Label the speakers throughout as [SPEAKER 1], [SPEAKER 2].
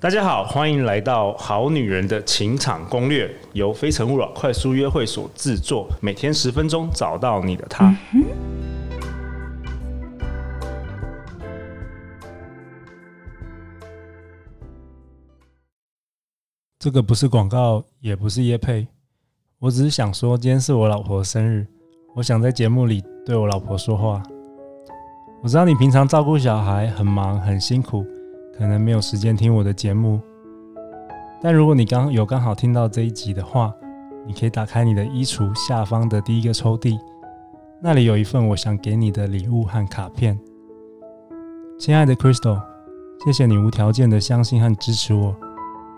[SPEAKER 1] 大家好，欢迎来到《好女人的情场攻略》，由非诚勿扰快速约会所制作，每天十分钟，找到你的他。
[SPEAKER 2] 这个不是广告，也不是业配，我只是想说，今天是我老婆生日，我想在节目里对我老婆说话。我知道你平常照顾小孩很忙很辛苦，可能没有时间听我的节目，但如果你刚有刚好听到这一集的话，你可以打开你的衣橱下方的第一个抽屉，那里有一份我想给你的礼物和卡片。亲爱的 Crystal，谢谢你无条件的相信和支持我。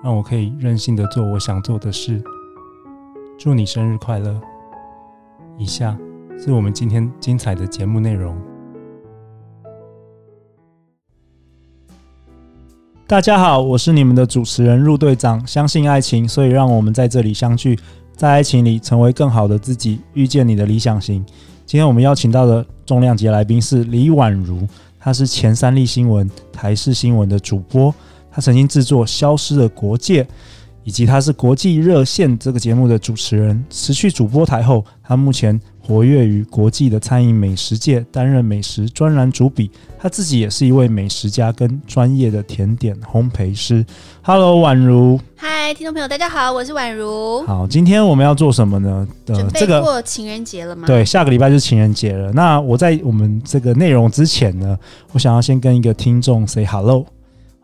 [SPEAKER 2] 让我可以任性的做我想做的事。祝你生日快乐！以下是我们今天精彩的节目内容。大家好，我是你们的主持人陆队长。相信爱情，所以让我们在这里相聚，在爱情里成为更好的自己，遇见你的理想型。今天我们邀请到的重量级来宾是李婉如，她是前三立新闻、台视新闻的主播。他曾经制作《消失的国界》，以及他是《国际热线》这个节目的主持人。辞去主播台后，他目前活跃于国际的餐饮美食界，担任美食专栏主笔。他自己也是一位美食家跟专业的甜点烘焙师。Hello，宛如，
[SPEAKER 3] 嗨，听众朋友，大家好，我是宛如。
[SPEAKER 2] 好，今天我们要做什么呢？呃
[SPEAKER 3] 准备
[SPEAKER 2] 这个
[SPEAKER 3] 过情人节了吗？
[SPEAKER 2] 对，下个礼拜就是情人节了。那我在我们这个内容之前呢，我想要先跟一个听众 say hello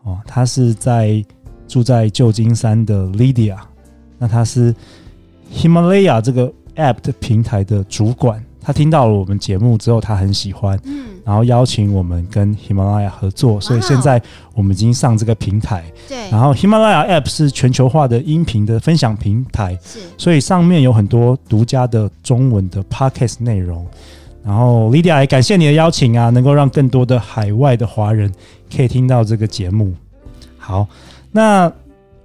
[SPEAKER 2] 哦，他是在住在旧金山的 Lydia，那他是 Himalaya 这个 app 的平台的主管。他听到了我们节目之后，他很喜欢，
[SPEAKER 3] 嗯，
[SPEAKER 2] 然后邀请我们跟 Himalaya 合作，所以
[SPEAKER 3] 哇哦
[SPEAKER 2] 现在我们已经上这个平台。
[SPEAKER 3] 对，
[SPEAKER 2] 然后 Himalaya app 是全球化的音频的分享平台，
[SPEAKER 3] 是
[SPEAKER 2] 所以上面有很多独家的中文的 podcast 内容。然后 Lydia 也感谢你的邀请啊，能够让更多的海外的华人可以听到这个节目。好，那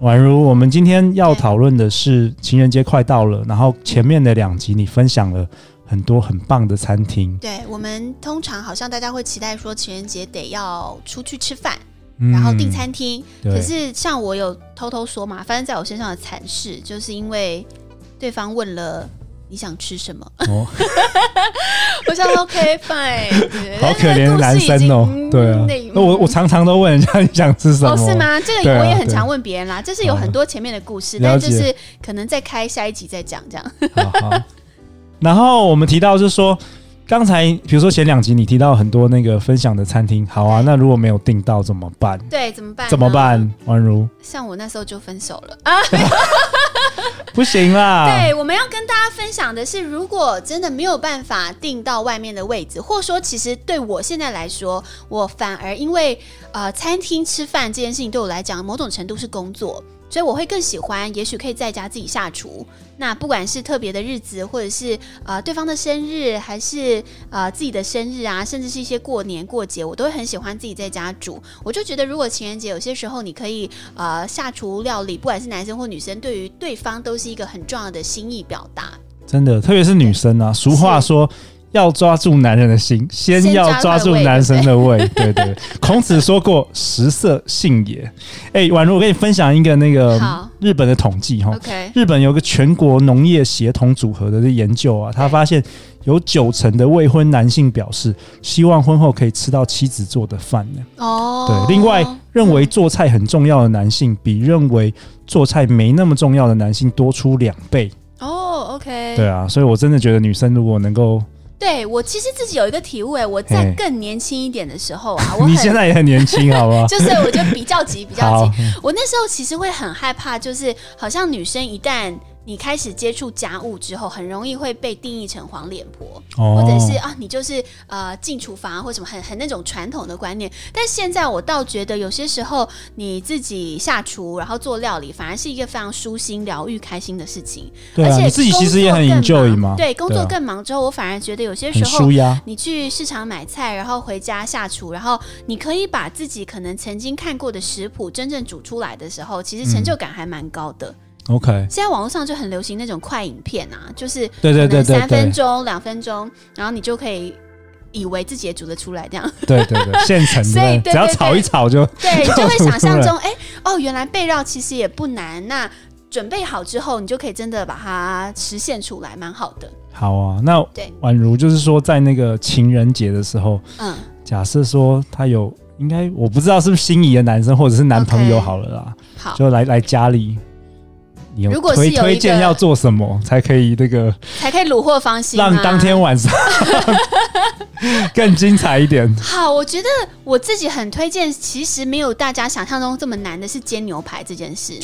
[SPEAKER 2] 宛如我们今天要讨论的是情人节快到了，然后前面的两集你分享了很多很棒的餐厅，
[SPEAKER 3] 对，我们通常好像大家会期待说情人节得要出去吃饭，
[SPEAKER 2] 嗯
[SPEAKER 3] 然后订餐厅。
[SPEAKER 2] 对
[SPEAKER 3] 可是像我有偷偷说嘛，发生在我身上的惨事，就是因为对方问了你想吃 什么，
[SPEAKER 2] 哦，
[SPEAKER 3] 我想 OK fine，对
[SPEAKER 2] 好可怜的男生哦，对啊，
[SPEAKER 3] 嗯
[SPEAKER 2] 那我我。常常都问人家你想吃什
[SPEAKER 3] 但
[SPEAKER 2] 么，
[SPEAKER 3] 是那个故事已经嗯那哦，是？吗？这
[SPEAKER 2] 对啊
[SPEAKER 3] 个我也很常问别人啦，这是有
[SPEAKER 2] 嗯
[SPEAKER 3] 很多前面的故事，
[SPEAKER 2] 了
[SPEAKER 3] 但就
[SPEAKER 2] 解
[SPEAKER 3] 是可能再开下一集再讲这样。
[SPEAKER 2] 好好。然后我们提到就是说，刚才比如说前两集你提到很多那个分享的餐厅，好啊，
[SPEAKER 3] 对
[SPEAKER 2] 那如果没有订到怎么办？啊
[SPEAKER 3] 对，怎么办？
[SPEAKER 2] 怎么？办？宛如
[SPEAKER 3] 像我那时候就分手了啊！
[SPEAKER 2] 不行 啦，
[SPEAKER 3] 对，我们要跟大家分享的是，如果真的没有办法订到外面的位置，或说其实对我现在来说，我反而因为呃餐厅吃饭这件事情对我来讲，某种程度是工作，所以我会更喜欢，也许可以在家自己下厨。那不管是特别的日子，或者是呃对方的生日，还是呃自己的生日啊，甚至是一些过年过节，我都会很喜欢自己在家煮。我就觉得，如果情人节有些时候你可以呃下厨料理，不管是男生或女生，对于对方都是一个很重要的心意表达。
[SPEAKER 2] 真的，特别是女生啊，俗话说。要抓住男人的心，先
[SPEAKER 3] 先
[SPEAKER 2] 要抓
[SPEAKER 3] 抓
[SPEAKER 2] 住
[SPEAKER 3] 住
[SPEAKER 2] 男生的 胃。对对，对孔子说过“食色性也”。哎，宛如，我跟你分享一个那个
[SPEAKER 3] 好
[SPEAKER 2] 日本的统计哈，
[SPEAKER 3] OK，
[SPEAKER 2] 日本有个全国农业协同组合的研究啊，他发现有九成的未婚男性表示希望婚后可以吃到妻子做的饭呢。
[SPEAKER 3] 哦，
[SPEAKER 2] 对，另外认为做菜很重要的男性，比认为做菜没那么重要的男性多出两倍。
[SPEAKER 3] 哦，OK，
[SPEAKER 2] 对啊，所以我真的觉得女生如果能够，
[SPEAKER 3] 对我其实自己有一个体悟哎，我在
[SPEAKER 2] 嘿
[SPEAKER 3] 更年轻一点的时候 啊，我
[SPEAKER 2] 你
[SPEAKER 3] 很
[SPEAKER 2] 现在也很年轻，好不好？
[SPEAKER 3] 就是我就比较急，比较急
[SPEAKER 2] 好，，
[SPEAKER 3] 我那时候其实会很害怕，就是好像女生一旦你开始接触家务之后，很容易会被定义成黄脸婆，
[SPEAKER 2] 哦
[SPEAKER 3] 或者是啊，你就是呃进厨房啊或什么很很那种传统的观念。但现在我倒觉得有些时候你自己下厨，然后做料理，反而是一个非常舒心、疗愈、开心的事情。
[SPEAKER 2] 对
[SPEAKER 3] 而
[SPEAKER 2] 啊，
[SPEAKER 3] 且
[SPEAKER 2] 你自己其实也很
[SPEAKER 3] 工作
[SPEAKER 2] enjoy
[SPEAKER 3] 更忙
[SPEAKER 2] 嘛，
[SPEAKER 3] 对，工
[SPEAKER 2] 对
[SPEAKER 3] 作
[SPEAKER 2] 啊
[SPEAKER 3] 更忙之后，我反而觉得有些
[SPEAKER 2] 很
[SPEAKER 3] 时候
[SPEAKER 2] 舒压，
[SPEAKER 3] 你去市场买菜，然后回家下厨，然后你可以把自己可能曾经看过的食谱真正煮出来的时候，其实成就感还蛮高的。
[SPEAKER 2] OK，
[SPEAKER 3] 现在网络上就很流行那种快影片啊，就是
[SPEAKER 2] 对对对
[SPEAKER 3] 可
[SPEAKER 2] 对
[SPEAKER 3] 能三分
[SPEAKER 2] 对，
[SPEAKER 3] 钟、两分钟，然后你就可以以为自己也煮得出来这样。
[SPEAKER 2] 对对对，现成
[SPEAKER 3] 所以
[SPEAKER 2] 的，
[SPEAKER 3] 对
[SPEAKER 2] 只要
[SPEAKER 3] 对
[SPEAKER 2] 炒一炒就
[SPEAKER 3] 对，
[SPEAKER 2] 就
[SPEAKER 3] 就会
[SPEAKER 2] 煮
[SPEAKER 3] 想
[SPEAKER 2] 出
[SPEAKER 3] 象
[SPEAKER 2] 来
[SPEAKER 3] 中，哎、哦，原来贝绕其实也不难。那准备好之后，你就可以真的把它实现出来，蛮好的。
[SPEAKER 2] 好啊。那
[SPEAKER 3] 对
[SPEAKER 2] 宛如就是说，在那个情人节的时候，
[SPEAKER 3] 嗯，
[SPEAKER 2] 假设说他有，应该我不知道是不是心仪的男生或者是男朋友
[SPEAKER 3] OK
[SPEAKER 2] 好了啦
[SPEAKER 3] 好，
[SPEAKER 2] 就来来家里，你有
[SPEAKER 3] 如果是
[SPEAKER 2] 推
[SPEAKER 3] 有一个
[SPEAKER 2] 推荐要做什么才可以那个
[SPEAKER 3] 才可以虏获芳心、啊。
[SPEAKER 2] 让当天晚上 更精彩一点？
[SPEAKER 3] 好，我觉得我自己很推荐，其实没有大家想象中这么难的是煎牛排这件事。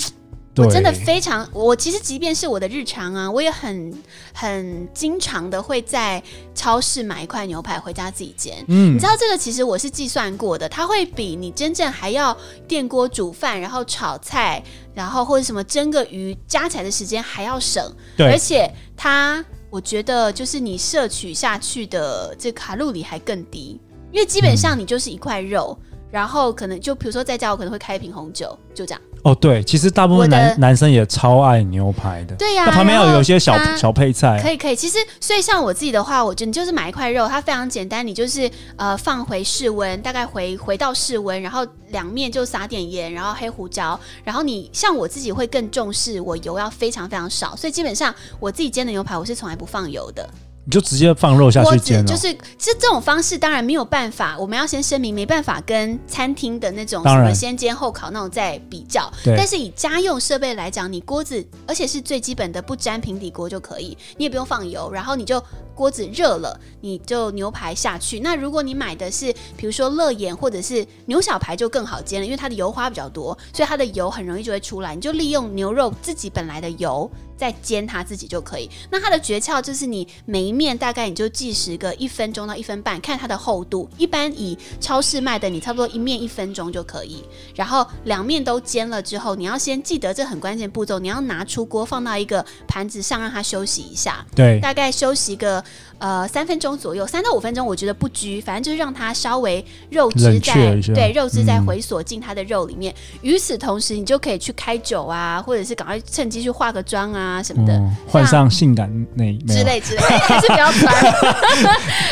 [SPEAKER 3] 我
[SPEAKER 2] 对，
[SPEAKER 3] 真的非常，我其实即便是我的日常啊，我也很很经常的会在超市买一块牛排回家自己煎。你
[SPEAKER 2] 嗯
[SPEAKER 3] 知，道这个其实我是计算过的，它会比你真正还要电锅煮饭，然后炒菜，然后或者什么蒸个鱼，加起来的时间还要省。而
[SPEAKER 2] 对，
[SPEAKER 3] 且它，我觉得就是你摄取下去的这卡路里还更低，因为基本
[SPEAKER 2] 嗯
[SPEAKER 3] 上你就是一块肉，然后可能就比如说在家我可能会开一瓶红酒，就这样。
[SPEAKER 2] 哦对，其实大部
[SPEAKER 3] 我
[SPEAKER 2] 分
[SPEAKER 3] 的
[SPEAKER 2] 男男生也超爱牛排的，
[SPEAKER 3] 对呀、啊
[SPEAKER 2] 那旁边
[SPEAKER 3] 然
[SPEAKER 2] 要
[SPEAKER 3] 后
[SPEAKER 2] 有一些小
[SPEAKER 3] 它
[SPEAKER 2] 小配菜啊，
[SPEAKER 3] 可以可以，其实所以像我自己的话，我觉得你就是买一块肉，它非常简单，你就是呃放回室温，大概回回到室温，然后两面就撒点盐，然后黑胡椒，然后你像我自己会更重视我油要非常非常少，所以基本上我自己煎的牛排我是从来不放油的，
[SPEAKER 2] 你就直接放肉下
[SPEAKER 3] 锅
[SPEAKER 2] 去
[SPEAKER 3] 子
[SPEAKER 2] 煎了哦
[SPEAKER 3] 就。是其实这种方式当然没有办法，我们要先声明没办法跟餐厅的那种
[SPEAKER 2] 当
[SPEAKER 3] 什
[SPEAKER 2] 然
[SPEAKER 3] 么先煎后烤那种在比较，
[SPEAKER 2] 对
[SPEAKER 3] 但是以家用设备来讲，你锅子而且是最基本的不粘平底锅就可以，你也不用放油，然后你就锅子热了，你就牛排下去。那如果你买的是比如说乐眼或者是牛小排就更好煎了，因为它的油花比较多，所以它的油很容易就会出来，你就利用牛肉自己本来的油再煎它自己就可以。那它的诀窍就是你每一面大概你就计时个一分钟到一分半，看它的厚度。一般以超市卖的，你差不多一面一分钟就可以。然后两面都煎了之后，你要先记得这很关键步骤，你要拿出锅放到一个盘子上让它休息一下。
[SPEAKER 2] 对，
[SPEAKER 3] 大概休息个呃三分钟左右，三到五分钟，我觉得不拘，反正就是让它稍微肉汁
[SPEAKER 2] 冷
[SPEAKER 3] 在
[SPEAKER 2] 却一下
[SPEAKER 3] 对肉汁在
[SPEAKER 2] 嗯
[SPEAKER 3] 回锁进它的肉里面。与此同时，你就可以去开酒啊，或者是赶快趁机去化个妆啊什么的。
[SPEAKER 2] 嗯，换上性感内没有
[SPEAKER 3] 之类之 类，还是不要穿。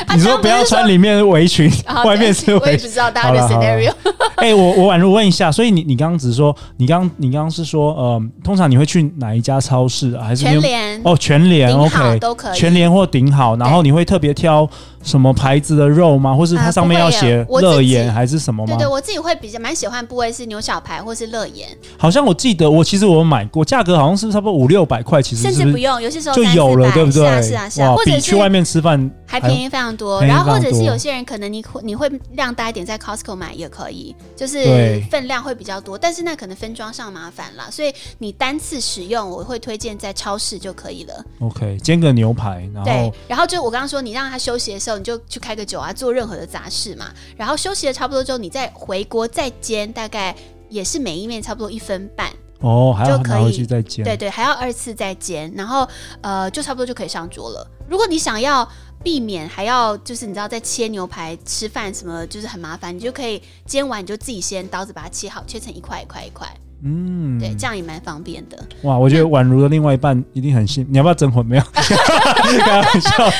[SPEAKER 3] 啊
[SPEAKER 2] 你说不要穿，里面围裙
[SPEAKER 3] 这样不是说，
[SPEAKER 2] 外面是
[SPEAKER 3] 啊我也
[SPEAKER 2] 围
[SPEAKER 3] 不
[SPEAKER 2] 裙。
[SPEAKER 3] 知道大家的
[SPEAKER 2] 好了好了
[SPEAKER 3] scenario。
[SPEAKER 2] 哎、我我宛如问一下，所以你你刚刚只是说，你刚你刚刚是说，嗯、通常你会去哪一家超市啊？还是你
[SPEAKER 3] 全
[SPEAKER 2] 有
[SPEAKER 3] 联、
[SPEAKER 2] 哦，全联
[SPEAKER 3] 顶好
[SPEAKER 2] OK，
[SPEAKER 3] 都可以。
[SPEAKER 2] 全联或顶好，然后你会特别挑什么牌子的肉吗？或是它
[SPEAKER 3] 啊
[SPEAKER 2] 上面
[SPEAKER 3] 不
[SPEAKER 2] 要
[SPEAKER 3] 会耶
[SPEAKER 2] 写
[SPEAKER 3] 我自
[SPEAKER 2] 乐
[SPEAKER 3] 己
[SPEAKER 2] 眼还是什么
[SPEAKER 3] 对
[SPEAKER 2] 吗？
[SPEAKER 3] 对，我自己会比较蛮喜欢部位是牛小排或是乐眼，
[SPEAKER 2] 好像我记得我其实我买过，价格好像是差不多五六百块，其实
[SPEAKER 3] 甚
[SPEAKER 2] 是
[SPEAKER 3] 至不
[SPEAKER 2] 不是
[SPEAKER 3] 用，有些时候
[SPEAKER 2] 就
[SPEAKER 3] 三四
[SPEAKER 2] 有了，
[SPEAKER 3] 百
[SPEAKER 2] 对不对？
[SPEAKER 3] 是啊是啊是啊，
[SPEAKER 2] 哇
[SPEAKER 3] 或者
[SPEAKER 2] 比
[SPEAKER 3] 是
[SPEAKER 2] 去外面吃饭
[SPEAKER 3] 还便宜非常多。
[SPEAKER 2] 还
[SPEAKER 3] 然后或者
[SPEAKER 2] 便宜非常
[SPEAKER 3] 是
[SPEAKER 2] 多
[SPEAKER 3] 有些人可能你会你会量大一点，在 Costco 买也可以，就是
[SPEAKER 2] 对
[SPEAKER 3] 分量会比较多，但是那可能分装上麻烦啦，所以你单次使用，我会推荐在超市就可以了。
[SPEAKER 2] OK，煎个牛排，然
[SPEAKER 3] 对
[SPEAKER 2] 后，
[SPEAKER 3] 然后就我刚刚说，你让他休息的时候，你就去开个酒啊，做任何的杂事嘛。然后休息的差不多之后，你再回锅再煎，大概也是每一面差不多一分半。
[SPEAKER 2] 哦还要
[SPEAKER 3] 就可
[SPEAKER 2] 拿回
[SPEAKER 3] 以
[SPEAKER 2] 去再煎。
[SPEAKER 3] 对对，还要二次再煎，然后呃，就差不多就可以上桌了。如果你想要避免还要就是你知道在切牛排吃饭什么就是很麻烦，你就可以煎完你就自己先刀子把它切好，切成一块一块一块，
[SPEAKER 2] 嗯，
[SPEAKER 3] 对，这样也蛮方便 的。
[SPEAKER 2] 哇，我觉得宛如的另外一半一定很幸，你要不要整混？没有， 开玩笑，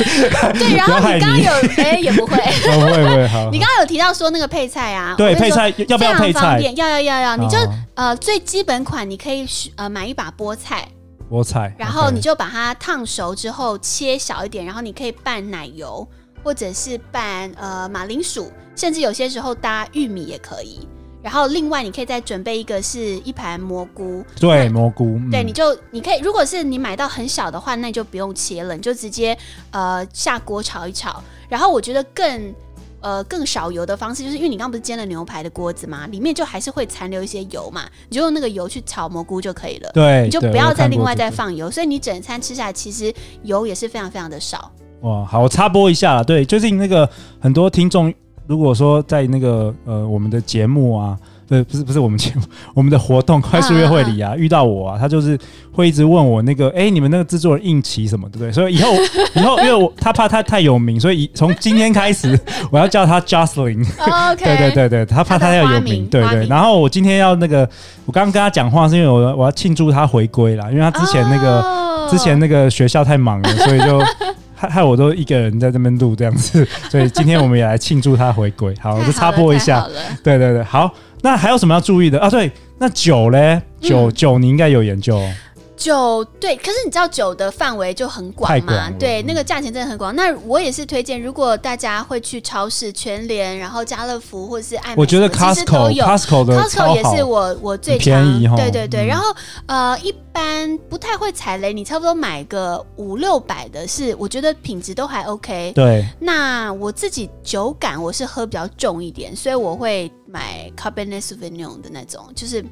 [SPEAKER 3] 对，然后
[SPEAKER 2] 不要害
[SPEAKER 3] 你刚刚
[SPEAKER 2] 你
[SPEAKER 3] 有哎、也不会，
[SPEAKER 2] 不会不会，好，
[SPEAKER 3] 你刚刚有提到说那个配菜啊，
[SPEAKER 2] 对
[SPEAKER 3] 我跟
[SPEAKER 2] 配
[SPEAKER 3] 你说
[SPEAKER 2] 菜要不要配
[SPEAKER 3] 非常方
[SPEAKER 2] 菜？
[SPEAKER 3] 便，要要要要，你就、
[SPEAKER 2] 啊
[SPEAKER 3] 呃最基本款，你可以选呃买一把菠菜，
[SPEAKER 2] 菠菜，
[SPEAKER 3] 然后你
[SPEAKER 2] OK
[SPEAKER 3] 就把它烫熟之后切小一点，然后你可以拌奶油，或者是拌呃马铃薯，甚至有些时候搭玉米也可以。然后另外你可以再准备一个是一盘蘑菇，
[SPEAKER 2] 对蘑菇，
[SPEAKER 3] 对，
[SPEAKER 2] 嗯
[SPEAKER 3] 你就你可以，如果是你买到很小的话，那你就不用切了，你就直接呃下锅炒一炒。然后我觉得更呃更少油的方式，就是因为你刚刚不是煎了牛排的锅子嘛，里面就还是会残留一些油嘛，你就用那个油去炒蘑菇就可以了，
[SPEAKER 2] 对，
[SPEAKER 3] 你就
[SPEAKER 2] 哎对
[SPEAKER 3] 不要
[SPEAKER 2] 我
[SPEAKER 3] 再
[SPEAKER 2] 看
[SPEAKER 3] 另
[SPEAKER 2] 过
[SPEAKER 3] 外
[SPEAKER 2] 这
[SPEAKER 3] 再
[SPEAKER 2] 个
[SPEAKER 3] 放油。所以你整餐吃下来，其实油也是非常非常 的少。
[SPEAKER 2] 哇，哦好，我插播一下啦。对，最近那个很多听众，如果说在那个呃我们的节目啊，对，不是不是我们节目， 我们的活动快速约会里啊，遇到我啊，他就是会一直问我那个，哎、你们那个制作人应期什么，对不对？所以以后 以后，因为我他怕他太有名，所以以从今天开始， 我要叫他 Jocelyn。
[SPEAKER 3] OK，
[SPEAKER 2] 对对对对，他怕
[SPEAKER 3] 他
[SPEAKER 2] 他
[SPEAKER 3] 的
[SPEAKER 2] 要
[SPEAKER 3] 花
[SPEAKER 2] 有
[SPEAKER 3] 名
[SPEAKER 2] 名，对
[SPEAKER 3] 花
[SPEAKER 2] 对。
[SPEAKER 3] 名
[SPEAKER 2] 然后我今天要那个，我刚刚跟他讲话是因为我我要
[SPEAKER 3] 啊
[SPEAKER 2] 庆祝他回归啦，因为他之前那个。
[SPEAKER 3] 个
[SPEAKER 2] 之前那个学校太忙了，所以就 他害害我都一个人在这边录这样子， 所以今天我们也来庆祝他回归。好，我就
[SPEAKER 3] 太好
[SPEAKER 2] 插
[SPEAKER 3] 了
[SPEAKER 2] 播一
[SPEAKER 3] 太
[SPEAKER 2] 下
[SPEAKER 3] 好。了
[SPEAKER 2] 对对对，好，那还有什么要注意的啊？对，那酒嘞，
[SPEAKER 3] 嗯
[SPEAKER 2] 酒、酒你应该有研究
[SPEAKER 3] 哎
[SPEAKER 2] 哦。
[SPEAKER 3] 酒对，可是你知道酒的范围就很广
[SPEAKER 2] 太
[SPEAKER 3] 嘛，
[SPEAKER 2] 广了嗯
[SPEAKER 3] 对，那个价钱真的很广。那我也是推荐，如果大家会去超市、全联，然后家乐福或是爱买什么，
[SPEAKER 2] 我觉得
[SPEAKER 3] 其实都
[SPEAKER 2] Costco
[SPEAKER 3] 有。
[SPEAKER 2] Costco 的
[SPEAKER 3] Costco
[SPEAKER 2] 超
[SPEAKER 3] 也
[SPEAKER 2] 好
[SPEAKER 3] 是，我我最
[SPEAKER 2] 很便宜
[SPEAKER 3] 常
[SPEAKER 2] 哦
[SPEAKER 3] 对对对，
[SPEAKER 2] 嗯
[SPEAKER 3] 然后呃，一般不太会踩雷，你差不多买个五六百的是，我觉得品质都还 OK。
[SPEAKER 2] 对
[SPEAKER 3] 那我自己酒感我是喝比较重一点，所以我会买 Cabernet Sauvignon 的那种，就是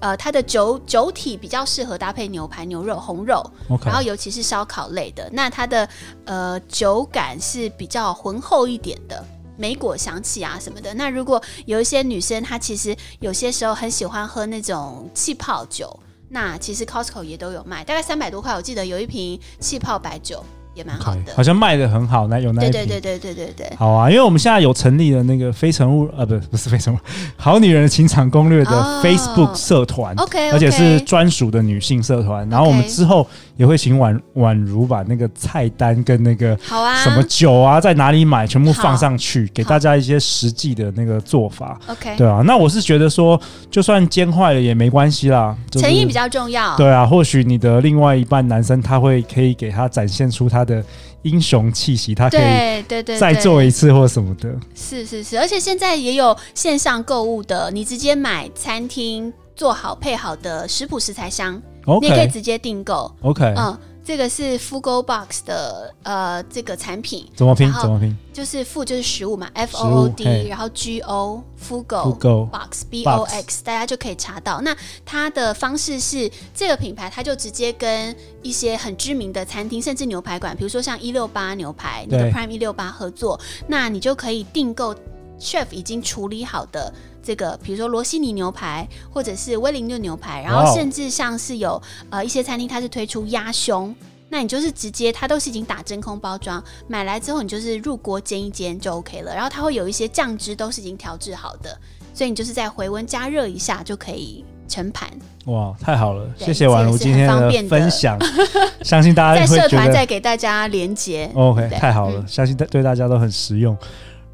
[SPEAKER 3] 呃它的酒酒体比较适合搭配牛排、牛肉、红肉，
[SPEAKER 2] ，OK
[SPEAKER 3] 然后尤其是烧烤类的。那它的呃酒感是比较浑厚一点的。莓果香气啊什么的。那如果有一些女生，她其实有些时候很喜欢喝那种气泡酒，那其实 Costco 也都有卖，大概三百多块，我记得有一瓶气泡白酒也蛮好
[SPEAKER 2] OK，
[SPEAKER 3] 的
[SPEAKER 2] 好。像卖的很好，那有那
[SPEAKER 3] 对
[SPEAKER 2] 一
[SPEAKER 3] 对
[SPEAKER 2] 瓶
[SPEAKER 3] 对对对对对。
[SPEAKER 2] 好啊，因为我们现在有成立了那个《非诚勿扰》呃，不不是《非诚勿扰》，《好女人的情场攻略》
[SPEAKER 3] 哦
[SPEAKER 2] 的 Facebook 社团，
[SPEAKER 3] OK，
[SPEAKER 2] 而且是专属的女性社团。然后我们之后也会请宛宛如把那个菜单跟那个
[SPEAKER 3] 好啊，
[SPEAKER 2] 什么酒啊，在哪里买，全部放
[SPEAKER 3] 好
[SPEAKER 2] 上去，给
[SPEAKER 3] 好
[SPEAKER 2] 大家一些实际的那个做法。
[SPEAKER 3] OK，
[SPEAKER 2] 对啊，那我是觉得说，就算煎坏了也没关系啦，就是
[SPEAKER 3] 诚意比较重要。
[SPEAKER 2] 对啊，或许你的另外一半男生他会可以给他展现出他的英雄气息，啊他可以
[SPEAKER 3] 对对对，
[SPEAKER 2] 再
[SPEAKER 3] 对
[SPEAKER 2] 做一次或什么的。
[SPEAKER 3] 是是是，而且现在也有线上购物的，你直接买餐厅做好配好的食谱食材箱，你也可以
[SPEAKER 2] OK
[SPEAKER 3] 直接订购。
[SPEAKER 2] OK，
[SPEAKER 3] 嗯，这个是 Fugo Box 的呃这个产品，
[SPEAKER 2] 怎么拼
[SPEAKER 3] 然？后
[SPEAKER 2] 怎么拼
[SPEAKER 3] 就是 Fu 就是食物嘛，F
[SPEAKER 2] 食
[SPEAKER 3] O O
[SPEAKER 2] 物
[SPEAKER 3] D，
[SPEAKER 2] 嘿
[SPEAKER 3] 然后 G O Fugo
[SPEAKER 2] ？Google
[SPEAKER 3] Box B O X，大家就可以查到。那它的方式是这个品牌，它就直接跟一些很知名的餐厅，甚至牛排馆，比如说像一六八牛排，那个
[SPEAKER 2] 对
[SPEAKER 3] Prime 一六八合作，那你就可以订购 chef 已经处理好的。这个比如说罗西尼牛排，或者是威灵顿牛排，然
[SPEAKER 2] 哇
[SPEAKER 3] 后
[SPEAKER 2] 哦
[SPEAKER 3] 甚至像是有呃一些餐厅它是推出鸭胸，那你就是直接它都是已经打真空包装，买来之后你就是入锅煎一煎就 OK 了，然后它会有一些酱汁都是已经调制好的，所以你就是再回温加热一下就可以盛盘，
[SPEAKER 2] 哇，太好了！
[SPEAKER 3] 对
[SPEAKER 2] 谢谢宛如今天
[SPEAKER 3] 这个是很方便的
[SPEAKER 2] 分享， 相信大家
[SPEAKER 3] 在
[SPEAKER 2] 会
[SPEAKER 3] 社
[SPEAKER 2] 觉
[SPEAKER 3] 团
[SPEAKER 2] 得
[SPEAKER 3] 再给大家连接。
[SPEAKER 2] OK，
[SPEAKER 3] 对
[SPEAKER 2] 太好了，相信对大家都很实用。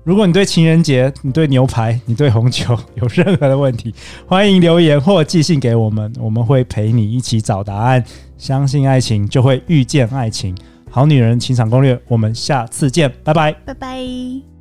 [SPEAKER 2] 如果你对情人节、你对牛排、你对红酒有任何的问题， 欢迎留言或寄信给我们，我们会陪你一起找答案。相信爱情，就会遇见爱情。好女人情场攻略，我们下次见，拜拜。
[SPEAKER 3] 拜拜。